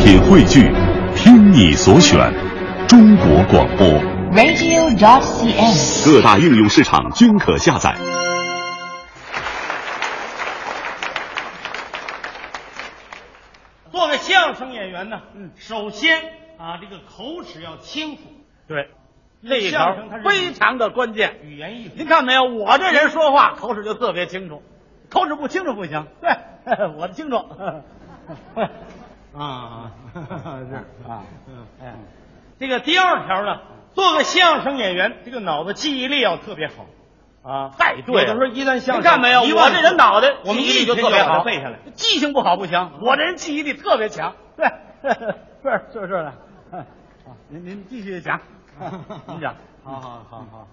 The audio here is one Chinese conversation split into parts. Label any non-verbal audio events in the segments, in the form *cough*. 品汇聚，听你所选，中国广播。 radio.cn。各大应用市场均可下载。作为相声演员呢，嗯，首先啊，这个口齿要清楚，对，这一相声条它是非常的关键。语言艺术。您看没有，我这人说话口齿就特别清楚，口齿不清楚不行。 *laughs* 对，我清楚。 *laughs* 啊，是啊，嗯，哎，这个第二条呢，作为相声演员，这个脑子记忆力要特别好啊。太对有了。的时候一旦相声，您看没有，一忘我这人脑袋我们记忆力就一天特别把它好，背下来。记性不好不行，我这人记忆力特别强。对，是是是的。您您继续讲， *laughs* 您讲。好好好好。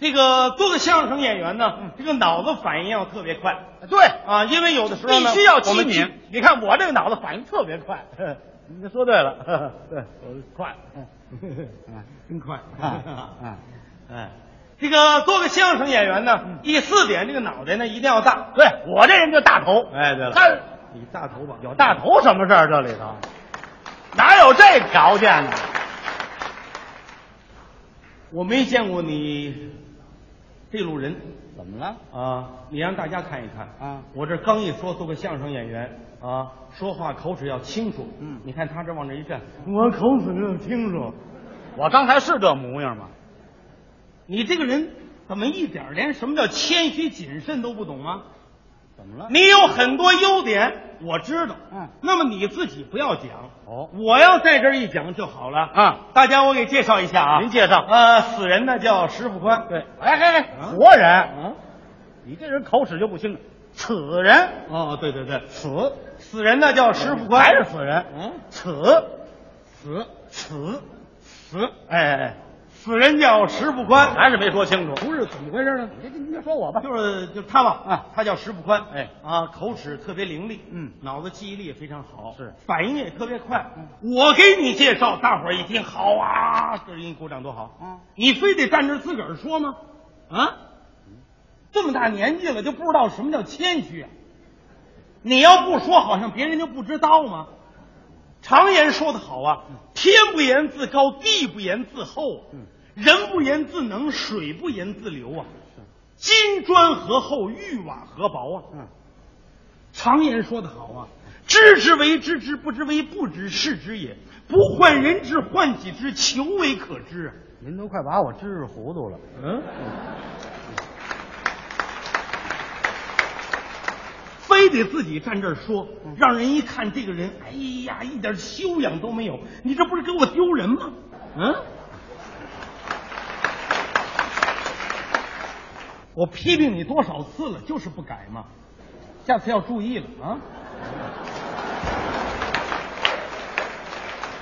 这个做个相声演员呢，这个脑子反应要特别快对，啊，因为有的时候呢，必须要我机们敏记。你看我这个脑子反应特别 *laughs* 快，您说对了， *laughs* 对，我快。嗯真快 *laughs* 啊哎，这个做个相声演员呢，第四点，这个脑袋呢一定要大。对我这人就大头。哎，对了，但是你大头吧，有大头什么事儿？这里头哪有这条件呢？我没见过你这路人怎么了？啊，你让大家看一看啊我这刚一说做个相声演员啊，说话口齿要清楚。嗯你看他这往这一站，我口齿要清楚。我刚才是这模样吗？你这个人怎么一点儿连什么叫谦虚谨慎都不懂啊？怎么了？你有很多优点，我知道。嗯那么你自己不要讲。哦我要在这儿一讲就好了。啊，大家我给介绍一下啊。您介绍呃，死人呢叫石富宽。对，哎哎啊哎，活人，啊，你这人口齿就不清楚。啊此人哦，对对对，死死人呢叫石富宽，还是死人？嗯，此死此，死哎哎哎，死人叫石富宽，哦还是没说清楚。不是怎么回事呢？你这您就说我吧。就是就他吧，啊他叫石富宽，哎啊，口齿特别伶俐，嗯脑子记忆力也非常好，是嗯反应也特别快。我给你介绍，大伙儿一听好啊，这人一鼓掌多好，嗯你非得站这儿自个儿说吗？啊，这么大年纪了就不知道什么叫谦虚啊！你要不说，好像别人就不知道吗？常言说得好啊，天不言自高，地不言自厚啊，人不言自能，水不言自流啊。金砖何厚，玉瓦何薄啊！嗯常言说得好啊，知之为知之，不知为不知，是知也。不患人之患己之，求为可知啊。您都快把我知识糊涂了。嗯，非得自己站这儿说，让人一看这个人，哎呀，一点修养都没有，你这不是给我丢人吗？嗯，我批评你多少次了，就是不改嘛，下次要注意了啊。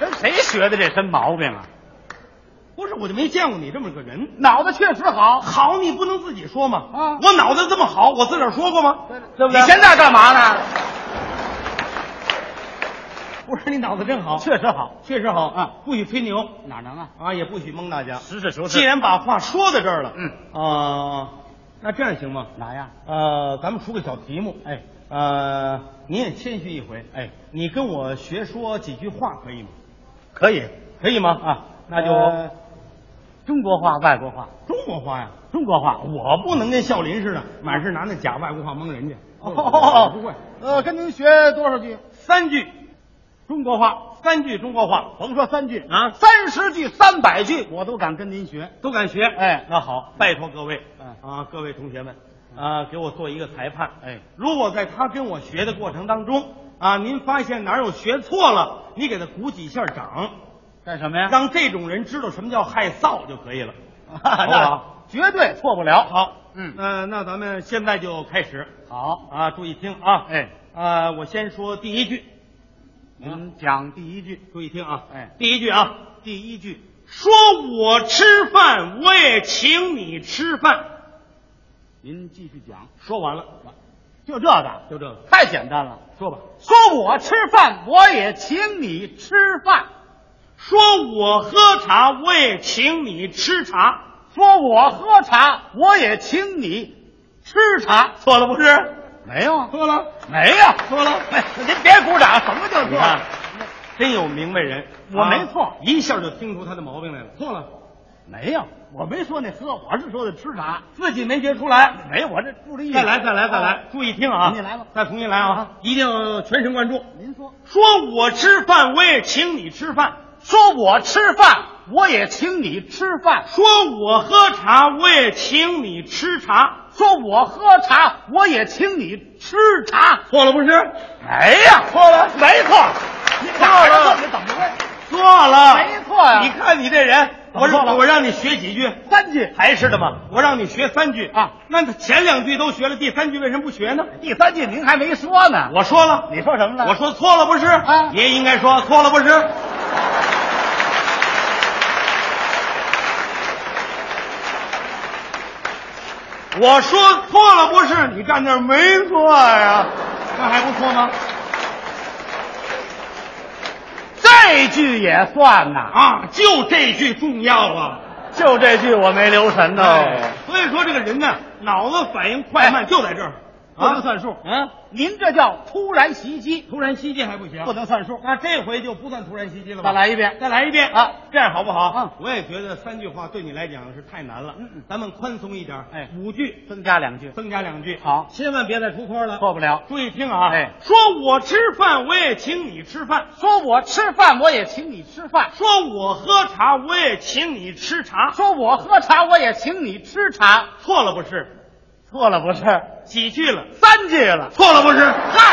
跟谁学的这身毛病啊？不是，我就没见过你这么个人。脑袋确实好。好，你不能自己说嘛。啊我脑袋这么好，我自个儿说过吗？对不对？你现在干嘛呢？ *laughs* 不是你脑子真好，确实好，确实好啊，不许吹牛哪能啊？啊，也不许蒙大家。实事求是。既然把话说到这儿了，嗯啊，那这样行吗？哪样？呃，咱们出个小题目，哎，呃，你也谦虚一回，哎，你跟我学说几句话可以吗？可以可以吗？啊，那就、呃中国话、外国话、中国话呀，中国话，我不能跟笑林似的，满是拿那假外国话蒙人家。我不会，哦呃，跟您学多少句？三句中国话，三句中国话甭说三句啊三十句、三百句，我都敢跟您学。都敢学，哎那好，拜托各位，嗯啊，各位同学们，啊，给我做一个裁判，哎如果在他跟我学的过程当中，啊，您发现哪儿有学错了，你给他鼓几下掌，干什么呀？让这种人知道什么叫害臊就可以了。好 *laughs* 不那好绝对错不了。好，嗯呃，那咱们现在就开始好，啊，注意听啊，哎，啊，我先说第一句，嗯您讲第一句。注意听啊，哎第一句啊，第一句，说我吃饭，我也请你吃饭，您继续讲，说完了，就这个，就这个，太简单了。说吧。说我吃饭，我也请你吃饭；说我喝茶，我也请你吃茶。说我喝茶，我也请你吃茶。错了不是？没有啊，错了，没有、错了。哎，您别鼓掌，什么叫你看，真有明白人，我没错，一下就听出他的毛病来了。错了，没有，我没说那喝，我是说的吃茶。自己没觉出来。没，我这注意。再来，再来，再来，注意听啊！您来吧再重新来啊！一定要全神贯注。您说，说我吃饭，我也请你吃饭；说我吃饭，我也请你吃饭；说我喝茶，我也请你吃茶。说我喝茶，我也请你吃茶。错了不是？哎呀，错了，没错，错了你怎么会？错了，没错呀你看你这人，怎么我错了让我让你学几句，三句，还是的嘛，我让你学三句啊，那前两句都学了，第三句为什么不学呢？第三句您还没说呢。我说了，你说什么了？我说错了不是？嗯啊也应该说错了不是？我说错了不是？你站那儿没错呀？那还不错吗？这句也算呐，啊，就这句重要啊！就这句我没留神呢。哎所以说这个人呢，脑子反应快慢哎就在这儿，不能算数啊！您这叫突然袭击，突然袭击还不行，不能算数。那这回就不算突然袭击了吧？再来一遍，再来一遍啊！这样好不好？啊我也觉得三句话对你来讲是太难了，嗯咱们宽松一点，哎五句增加两句，增加两句，好千万别再出错了。错不了。注意听啊！哎说我吃饭，我也请你吃饭；说我吃饭，我也请你吃饭；说我喝茶，我也请你吃茶。说我喝茶，我也请你吃茶。错了不是？错了不是？几句了？三句了。错了不是？嗨。